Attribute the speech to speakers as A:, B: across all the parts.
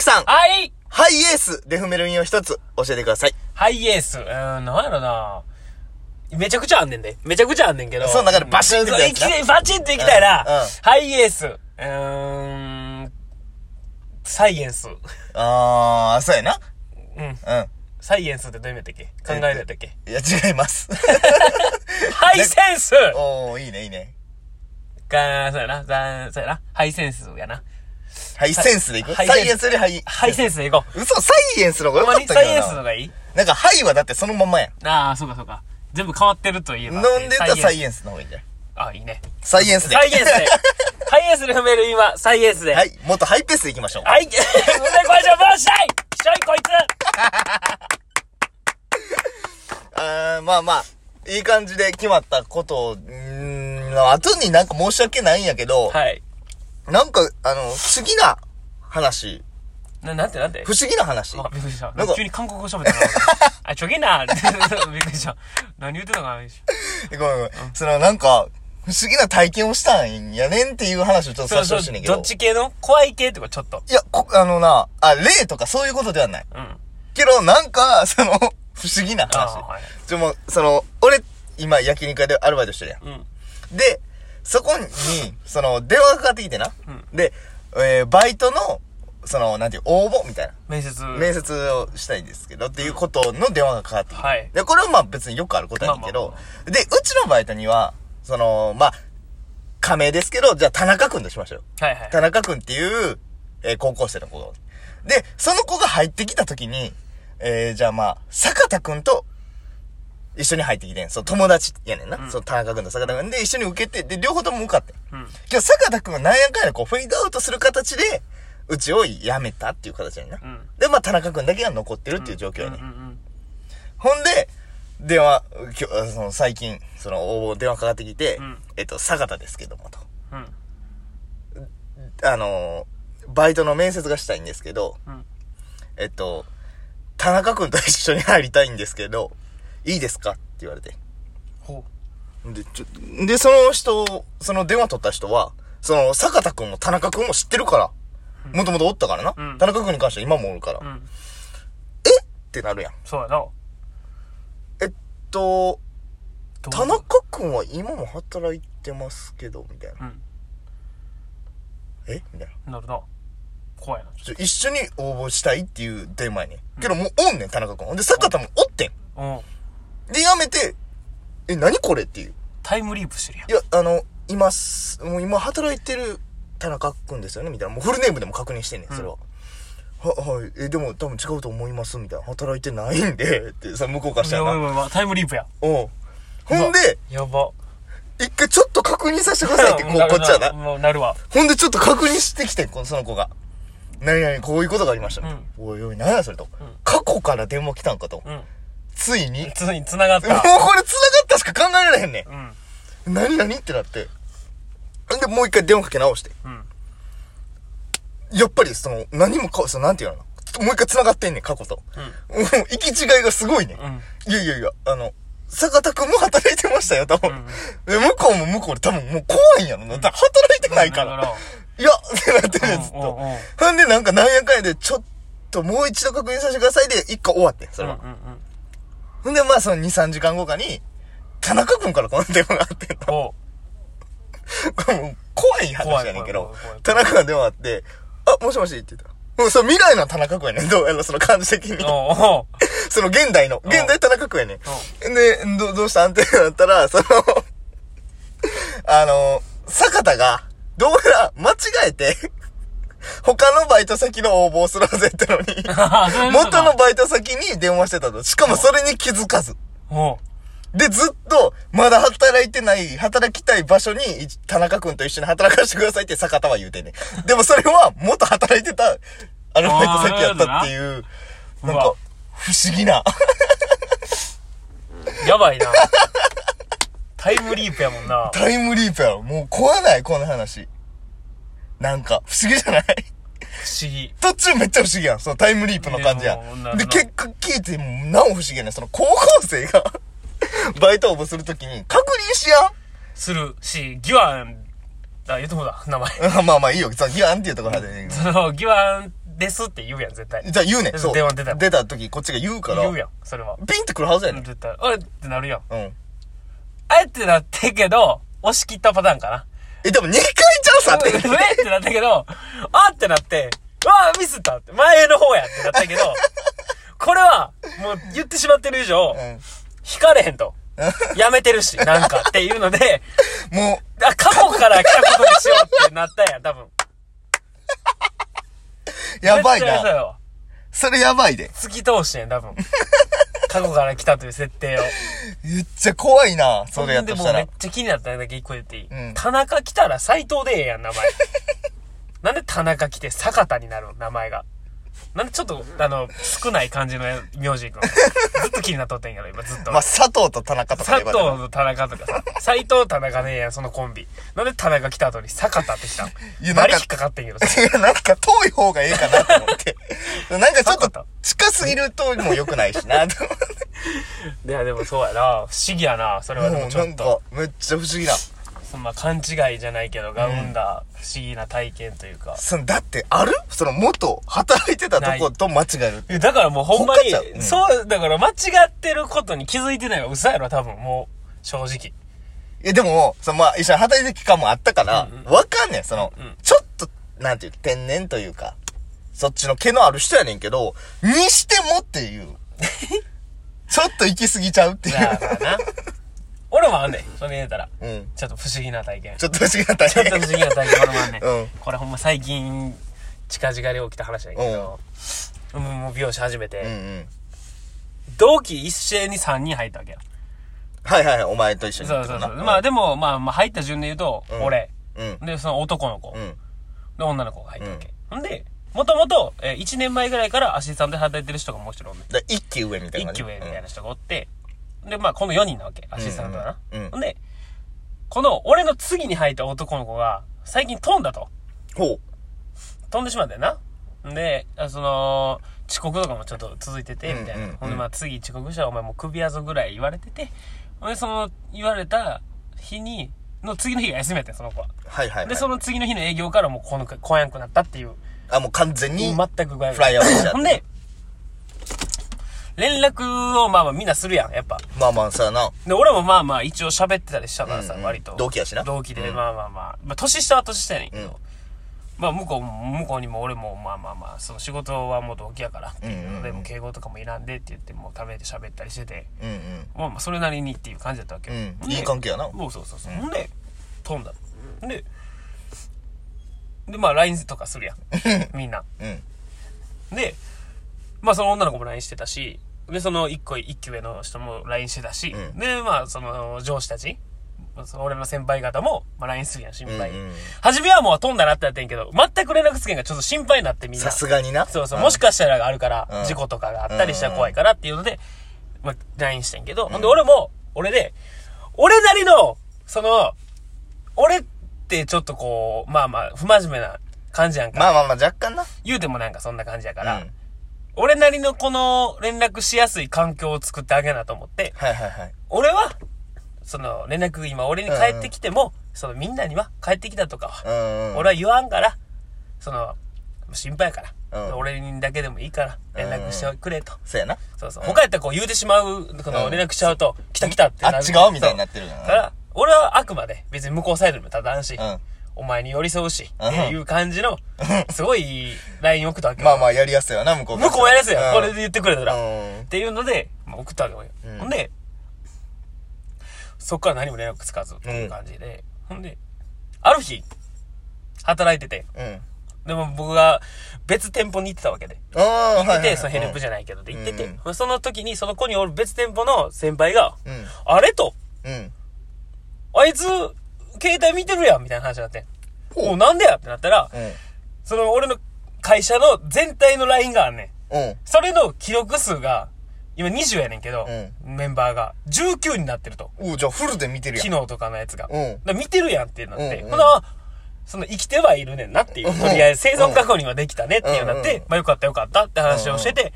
A: さん、
B: はい
A: ハイエースで踏める韻を一つ教えてください。
B: ハイエース。うーん、なんやろな。めちゃくちゃあんねんで。めちゃくちゃあんねんけど。
A: その中でバシンってやつな
B: うんいきバチンっていきたいな。
A: うんうん
B: ハイエース。うーん、サイエンス。
A: あー、そうやな。
B: うん。
A: う
B: サイエンスってどういう意味だっけ考えるやったっけ
A: ん。いや、違います。
B: ハイセンス
A: おー、いいね、いいね。
B: が、そうやな。ざそうやな。ハイセンスや な。
A: ハイセンスでいく
B: ハ
A: サ
B: イセンス
A: イエンスよりハイ。
B: ハイセンスでいこう。
A: 嘘、サイエンスの方が良
B: ほん
A: か
B: ま
A: っ
B: に
A: たけどな。
B: サイエンスのがいい
A: なんか、ハイはだってそのまんまやん。
B: ああ、そうかそうか。全部変わってるといえば。
A: 飲んでたらサイ
B: エン
A: エンスの方がいいんじゃない
B: ス。あ、いいね。
A: サイエンスで。
B: サイエンスで。サイエンスで踏める今、サイエンスで。
A: はい、もっとハイペースでいきましょう。
B: はい。胸声じゃ回したいしょいこいつ
A: あーまあまあ、いい感じで決まったことを、んーの後になんか申し訳ないんやけど、
B: はい。
A: なんか、あの、不思議な話、
B: な、なんてなんて
A: 不思議な話。
B: あびっくりした。
A: なんか
B: 急に韓国語喋 ったな。あ、ちょげんな びっくりした。何言ってたかな
A: ごめんごめん。その、なんか、不思議な体験をしたんやねんっていう話をちょっとさせてほしいねんけど。
B: どっち系の怖い系とかちょっと。
A: いや、こ、あのな、あ、霊とかそういうことではない。
B: うん。
A: けど、なんか、その、 不思議な
B: あ
A: 話
B: ー。はい。
A: ちょ、もう、その、俺、今、焼肉屋でアルバイトしてるやん。
B: うん。
A: で、そこに、その、電話がかかってきてな。で、えーバイトの、その、なんていう、応募みたいな。
B: 面接。
A: 面接をしたいんですけど、っていうことの電話がかかってきて。
B: はい
A: で、これはまあ別によくあることやねんけど、
B: まあま
A: で、うちのバイトには、その、まあ、仮名ですけど、じゃあ田中くんとしましょうよ。
B: はいはい。
A: 田中くんっていう、えー高校生の子がおるで、その子が入ってきた時に、えーじゃあまあ、坂田くんと、一緒に入ってきてん。そう、友達やねんな。そう、田中くんと坂田くんで一緒に受けて、で、両方とも受かってん。
B: うん。
A: 今日坂田くんが何やかんやこう、フェイドアウトする形で、うちを辞めたっていう形やねんな。
B: うん
A: で、まあ、田中くんだけが残ってるっていう状況やねん。
B: うんうん
A: ほんで、電話、今日、その、最近、その、応募電話かかってきて、
B: うん
A: えっと、坂田ですけども、と。
B: うん。うん。
A: あのー、バイトの面接がしたいんですけど、
B: うん
A: えっと、田中くんと一緒に入りたいんですけど、いいですかって言われて。
B: ほ
A: で、ちょ、で、その人、その電話取った人は、その、坂田くんも田中くんも知ってるから、もともとおったからな、
B: うん
A: 田中くんに関しては今もおるから、
B: う。う
A: っ
B: ん。
A: てなるやん。
B: そうやな。
A: えっと、
B: どう
A: 田中くんは今も働いてますけど、みたいな。
B: うん。
A: えみたいな。
B: なるな。怖いな。
A: ちょ一緒に応募したいっていう電話やねん。けどもうおんねん、田中くん。ほんで、坂田もおってん。
B: うん。
A: で、やめて、え、何これっていう。
B: タイムリープしてるやん
A: い。や、あの、今す、もう今働いてる田中くんですよねみたいな。もうフルネームでも確認してんねん、それは。は、はい。え、でも多分違うと思います、みたいな。働いてないんで、ってさ、向こうからした
B: や
A: ら
B: ばい
A: な。
B: やばいやばいタイムリープや。
A: うん。ほんで、
B: やば。
A: 一回ちょっと確認させてくださいって、こう、こっちはな。
B: もうなるわ。
A: ほんでちょっと確認してきてん、この、その子が。何々、こういうことがありました。みたいなおいおい、何やそれと。過去から電話来たんかと。
B: うん。
A: ついに。もう
B: ついに繋がっ
A: これ繋
B: た。
A: がったしか考えられへんねん。
B: うん。
A: 何何ってなって。で、もう一回電話かけ直して。
B: うん。
A: やっぱり、その、何もか、その、なんていうのかなもう一回繋がってんねん、過去と。うん。行き違いがすごいね、ん。いやいやいや、あの、坂田くんも働いてましたよ、多分。で、向こうも向こうで多分もう怖いんやろな。だ働いてないか
B: うん
A: ら。
B: なるほ
A: いや、ってなってるやつ
B: うん
A: と
B: うんうん。
A: ほんで、なんか何やかんやで、ちょっともう一度確認させてくださいで、一回終わってん、それは。
B: うんうんうん。
A: ほんで、まあ、その2、3時間後かに、田中くんからこの電話があってんこ
B: お
A: れもう怖い話やねんけど
B: 怖い怖い怖い怖い、
A: 田中が電話あって、あ、もしもしって言ったら。もうそれ未来の田中君やねん。どうやらその感じ的に。
B: おおお
A: その現代の。
B: ん
A: 現代田中君やねん。で、どどうしたんってなったら、その、あの、坂田が、どうやら間違えて、他のバイト先の応募をするはずやったのに、 元のバイト先に電話してたと。しかもそれに気づかず。
B: お
A: で、ずっと、まだ働いてない、働きたい場所に、い田中くんと一緒に働かせてくださいって坂田は言うてんねん。でもそれは、もっと働いてた、アルバイト先やったっていう、
B: あー
A: な
B: なるほどなんう
A: か
B: わ、
A: 不思議な。
B: やばいな。タイムリープやもんな。
A: タイムリープやろ。もう怖ない、この話。なんか、不思議じゃない
B: 不思議。
A: 途中めっちゃ不思議やん、そのタイムリープの感じや。
B: いやもうなんん
A: で、
B: なん
A: 結果聞いて、もなお不思議やねん。その高校生が、 バイト応募するときに、確認しやん
B: するし、ギワン、あ、言うとこだ、名前。
A: うんまあまあいいよ。さ、ギアンっていうところまでね。
B: その、ギワンですって言うやん、絶対。
A: じゃあ言うねん。そう。
B: 電話出たら
A: 出た時、こっちが言うから。
B: 言うやん、それは。
A: ピンってくるはずやねん。
B: 絶対、あれってなるやん。
A: うん。
B: あれってなってんけど、押し切ったパターンかな。
A: え、でも2回チャンスあ ってん
B: うえってなったけど、あってなって、うわミスったって、前の方やってなったけど、これは、もう言ってしまってる以上、引かれへんと。やめてるし、なんかっていうので、
A: うん。も
B: あ、過去から来たことにしようってなったんや、多分。
A: う、やばい
B: 絶対そう
A: な。
B: やわ
A: それやばいで。
B: 突き通してん、多分。過去から来たという設定を。
A: めっちゃ怖いな、それやっ
B: で
A: とし
B: も
A: た
B: うめ
A: ら
B: っ。ちゃ気になったんだけど、一個言っていい、
A: うん
B: 田中来たら斎藤でええやん、名前。 なんで田中来て坂田になるの名前が。なんでちょっと、あの、少ない感じの名字いくのずっと気になっとったんやろ、今ずっと。
A: まあ、佐藤と田中とか
B: 佐
A: 言えば
B: 藤と田中とかさ、斎藤田中ねえやん、そのコンビ。なんで田中来た後に坂田って来たの
A: いやなんか
B: バリ引っかかってんけどさ。
A: い や、なんか遠い方がええかなと思 って。なんかちょっ
B: 高
A: と
B: 田
A: 近すぎるとも良くないし な、と思って
B: いや、でもそうやな。不思議やな、それはで
A: も
B: も
A: う
B: ち
A: な
B: ょっ
A: ん
B: と。
A: か、めっちゃ不思議な。
B: そんな勘違いじゃないけど、が生んだ不思議な体験というか。
A: その、だって、あるその、元、働いてたとこと間違える。
B: いやだからもうほんまに
A: ほっかちゃうう、ん
B: そう、だから間違ってることに気づいてないのは嘘やろ、多分、もう、正直。
A: いや、でも、その、まあ、一緒に働いてる期間もあったから、わかんねん。その
B: うん、
A: ちょっと、なんていう、天然というか、そっちの毛のある人やねんけど、にしてもって いう。ちょっと行き過ぎちゃうってい
B: だか
A: う。
B: らな。 俺もあんねん、それ言えたら。
A: うん。
B: ちょっと不思議な体 験。ち
A: ちょっと不思議な体
B: ょっと不思議な体験、俺もあんねん。
A: うん
B: これほんま最近、近々で起きた話だけど、うん、もう美容師始めて、
A: うんうん。
B: 同期一斉に3人入ったわけよ。
A: はいはいはい、お前と一緒に
B: そ
A: 行
B: う
A: って
B: そ
A: も
B: う
A: な。
B: そう。まあでも、まあ、まあ入った順で言うと、
A: うん
B: 俺、
A: うん。
B: で、その男の子、
A: うん。
B: で、女の子が入ったわけ。んで、もともと、えー、1年前ぐらいからアシスタントで働いてる人がもちろんねん
A: だから一期上みたいな感
B: 一
A: じ。
B: 級上みたいな人がおって、で、まあ、この4人なわけ。アシスタントだ
A: うんうん
B: な。ほんで、この、俺の次に入った男の子が、最近飛んだと。
A: うん。ほう。
B: 飛んでしまったよな。んで、あその、遅刻とかもちょっと続いてて、みたい
A: うんうんうん
B: な。ほんで、まあ、次遅刻したらお前もう首やぞぐらい言われてて、ほんで、その、言われた日に、の次の日が休みやったよ、その子は。
A: はいはい、はい。
B: で、その次の日の営業からもうこの、来やんくなったっていう。
A: あ、もう完全に、
B: 全く具合が
A: フライヤーをしちゃって
B: ほんで、連絡をまあまあみんなするやん、やっぱ。
A: まあまあ、さあな。
B: で、俺もまあまあ一応喋ってたりしたからさ、
A: うんうん
B: 割と。
A: 同期やしな
B: 同期で、
A: うん
B: まあまあまあ。まあ年下は年下やねんけど。
A: うん
B: まあ向こうも、向こうにも俺もまあまあまあ、その仕事はもう同期やからってい
A: う
B: う
A: んう
B: の
A: んう
B: で、
A: ん
B: もう敬語とかもいらんでって言って、もう食べて喋ったりしてて、
A: うんうん。
B: まあまあそれなりにっていう感じだったわけよ。
A: うん。
B: で
A: いい関係やな。
B: もうそうそうそう。ほんで、飛んだ。で、で、まあ LINE とかするやん。 みんな。
A: うん。
B: で、まあその女の子も LINE してたし、で、その一個一級上の人も LINE してたし、
A: うん
B: で、まあその上司たち、その俺の先輩方も、まあ LINE するやん、心配。
A: うんうんうん
B: 初めはもう飛んだなってなってんけど、全く連絡つけんがちょっと心配になってみんな。
A: さすがにな。
B: そうそう、
A: ん
B: もしかしたらがあるから、
A: うん
B: 事故とかがあったりしたら怖いからっていうので、まあ LINE してんけど、ほんで俺も、俺で、俺なりの、その、俺ってちょっとこう、まあまあ、不真面目な感じやんか。
A: まあまあまあ、若干な。
B: 言うてもなんかそんな感じやか
A: う
B: ら
A: ん、
B: 俺なりのこの連絡しやすい環境を作ってあげなと思って、
A: はいはいはい。
B: 俺は、その連絡今俺に帰ってきても、そのみんなには帰ってきたとか
A: う
B: は、
A: んうん。
B: 俺は言わんから、その、心配やか
A: う
B: ら、
A: ん
B: 俺にだけでもいいから連絡してくれと。
A: そうやな。
B: そうそう。他やったらこう言うてしまう、この連絡しちゃうと、来た来たってなる
A: あっち側みたいになってるよ
B: そ
A: な
B: うだから、俺はあくまで別に向こうサイドにも立たんし、
A: ん
B: お前に寄り添うし、
A: うん
B: っていう感じの、すごいライン送ったわけよ
A: まあまあ、やりやすいよな、向こう
B: 向こうもやりやすいやん、これで
A: で。
B: 言ってくれた
A: う
B: ら。
A: ん
B: っ。ていうので、まあ、送ったわけよ、
A: うん
B: ほんで、そっから何も連絡つかずっていう感じで、ほんで、ある日、働いてて、
A: うん。
B: でも僕が別店舗に行ってたわけで。
A: ああ、はいはいはい。
B: で、そのヘルプじゃないけどで行ってて、
A: うん
B: その時にその子におる別店舗の先輩が、
A: うん
B: あれと、
A: うん。うん。
B: あいつ、携帯見てるやんみたいな話になって。おうなんでやってなったら、
A: う
B: その俺の会社の全体の LINE があんねん。
A: ん。うん。
B: それの記録数が、今20やねんけど、
A: う
B: メンバーが19になってると。
A: おうじゃあフルで見てるやん。
B: 昨日とかのやつが。
A: うん
B: だから見てるやんってなって、
A: うんうん
B: ほな、その生きてはいるねんなっていう、
A: うん
B: とりあえず生存確認はできたねっていうなっ
A: うん
B: て、
A: うん
B: まあよかったよかったって話をしてて、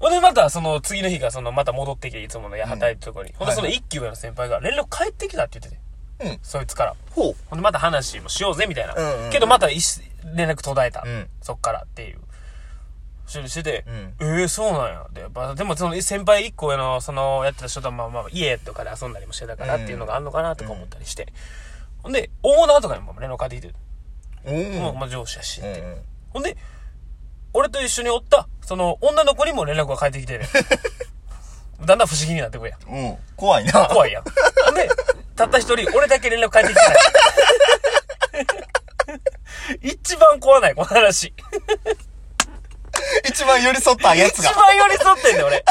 B: ほんでまたその次の日がそのまた戻ってきて、いつものや働いてるとこに。ほんでその一級上の先輩が連絡帰ってきたって言ってて。
A: うん
B: そいつから。
A: ほう。
B: ほんでまた話もしようぜみたいな。
A: うんうんうん
B: けどまた一連絡途絶えた、
A: うん
B: そっからっていう。してしてて、
A: うん
B: ええそうなんや。で、まあ、でもその先輩一個上の、その、やってた人とまあまあ、家とかで遊んだりもしてたからっていうのがあんのかなとか思ったりして。ほんで、オーナーとかにも連絡が出て、
A: おー
B: もうまあ上司やしって。
A: うんうん
B: ほんで、俺と一緒におった、その、女の子にも連絡が返って きてね。だんだん不思議になってくるやん。
A: うん。怖いな。
B: 怖いやん。ほんで、たった一人、俺だけ連絡返ってきてない。一番怖ない、この話。
A: 一番寄り添ったやつ
B: 一
A: が。
B: 番寄り添ってんだよ、俺。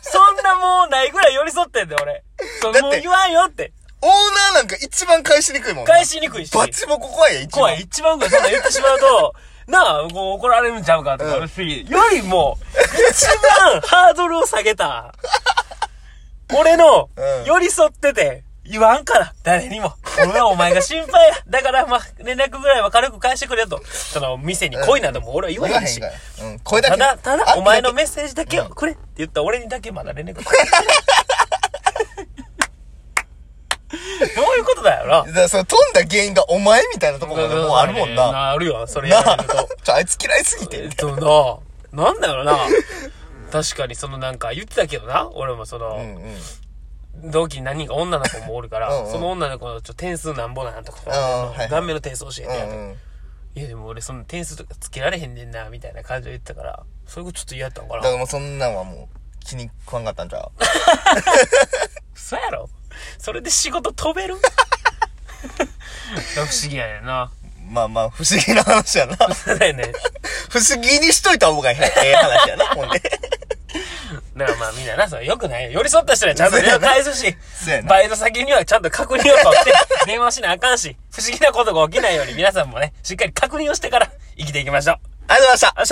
B: そんなもうないぐらい寄り添ってんだよ、俺。
A: だ
B: そ
A: って
B: うもう言わんよって。
A: オーナーなんか一番返しにくいもんな
B: 返しにくいし。
A: バチボコ怖いや、一番。
B: 怖い、一番怖い。そんなん言ってしまうと、 なあ、こう怒られるんちゃうかとかあるし、よりも、一番ハードルを下 げた。俺の
A: うん、
B: 寄り添ってて、言わんから、誰にも。俺はお前が心配や。だから、まあ、連絡ぐらいは軽く返してくれよと。その、店に来いなども俺は言わ
A: 言わ
B: へん
A: へん
B: し
A: か。ら。うん。声だけ
B: た
A: ね。
B: だ、ただ
A: あ、
B: お前のメッセージだけをくれって言った俺にだけまだ連 絡くれ。どういうことだよな。
A: だからその飛んだ原因が お前みたいなところがもうあるもんな。な
B: あるよ、それやら
A: あ
B: れると。。
A: ちょ、あいつ嫌いすぎて
B: えっ。とな、なんだろうな。確かにそのなんか言ってたけどな、俺もそ
A: うん
B: の、
A: うん。
B: 同期に何人か女の子もおるか
A: うん
B: ら、
A: うん
B: その女の子のちょ点数なんぼなんとか
A: あーはいはい、
B: 顔面の点数教えてや
A: うん
B: と
A: うん。
B: いやでも俺その点数とかつけられへんねんな、みたいな感じで言ってたから、それがちょっと嫌だったのか
A: だか
B: な。
A: らもうそんなんはもう気に食わんかったんちゃう
B: 嘘やろそれで仕事飛べる いや不思議やねんな。
A: まあまあ、不思議な話やな。
B: そうだよね。
A: 不思議にしといた方がええ話やな、ほんで。
B: だからまあみんなな、それよくないよ。寄り添った人にはちゃんと連絡返すし
A: そうや、な
B: バイト先にはちゃんと確認を取って、電話しなあかんし、不思議なことが起きないように皆さんもね、しっかり確認をしてから生きていきましょう。
A: ありがとうございました。